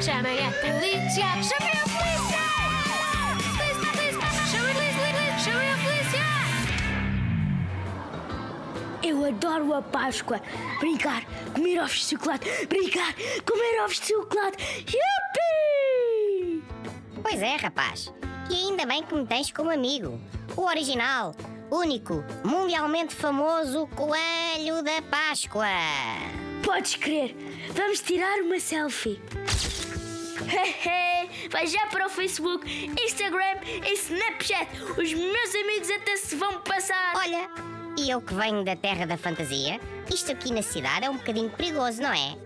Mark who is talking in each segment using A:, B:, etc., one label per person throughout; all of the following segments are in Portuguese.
A: Chama a polícia! Chama a polícia! Polícia, polícia! Chama a polícia! Chama a polícia!
B: Eu adoro a Páscoa. Brincar, comer ovos de chocolate, brincar, comer ovos de chocolate. Yupi!
C: Pois é, rapaz. E ainda bem que me tens como amigo. O original, único, mundialmente famoso Coelho da Páscoa.
B: Podes crer, vamos tirar uma selfie.
A: Vai já para o Facebook, Instagram e Snapchat. Os meus amigos até se vão passar.
C: Olha, e eu que venho da terra da fantasia, isto aqui na cidade é um bocadinho perigoso, não é?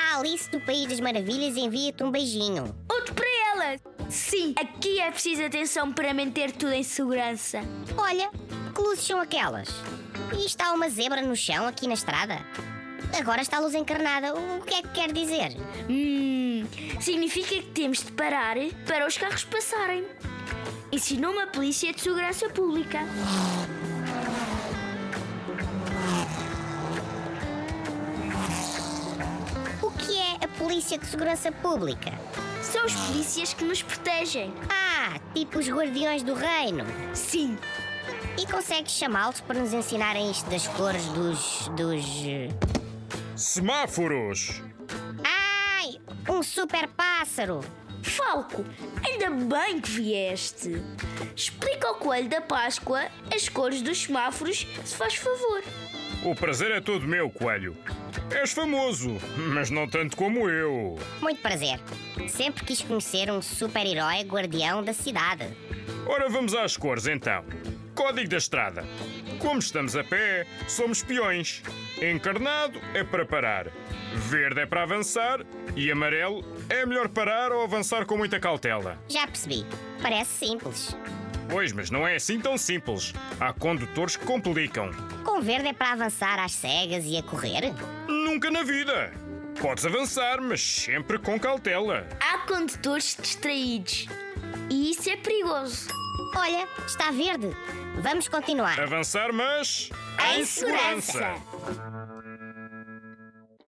C: A Alice do País das Maravilhas envia-te um beijinho.
A: Outro para elas! Sim, aqui é preciso atenção para manter tudo em segurança.
C: Olha, que luzes são aquelas? E está uma zebra no chão aqui na estrada. Agora está a luz encarnada. O que é que quer dizer?
A: Hum, significa que temos de parar para os carros passarem. Ensinou-me a polícia de segurança pública.
C: O que é a Polícia de Segurança Pública?
A: São os polícias que nos protegem.
C: Ah, tipo os guardiões do reino.
A: Sim,
C: E consegues chamá-los para nos ensinarem isto das cores dos. dos. eh,
D: Semáforos.
C: Ai! Um super pássaro!
A: Falco, ainda bem que vieste. Explica ao coelho da Páscoa as cores dos semáforos, se faz favor.
D: O prazer é todo meu, coelho. És famoso, mas não tanto como eu.
C: Muito prazer. Sempre quis conhecer um super-herói guardião da cidade.
D: Ora, vamos às cores então. Código da estrada. Como estamos a pé, somos peões. Encarnado é para parar. Verde é para avançar. E amarelo é melhor parar ou avançar com muita cautela.
C: Já percebi. Parece simples.
D: Pois, mas não é assim tão simples. Há condutores que complicam.
C: Com verde é para avançar às cegas e a correr?
D: Nunca na vida. Podes avançar, mas sempre com cautela.
A: Há condutores distraídos e isso é perigoso.
C: Olha, está verde. Vamos continuar.
D: Avançar, mas.
A: Em segurança.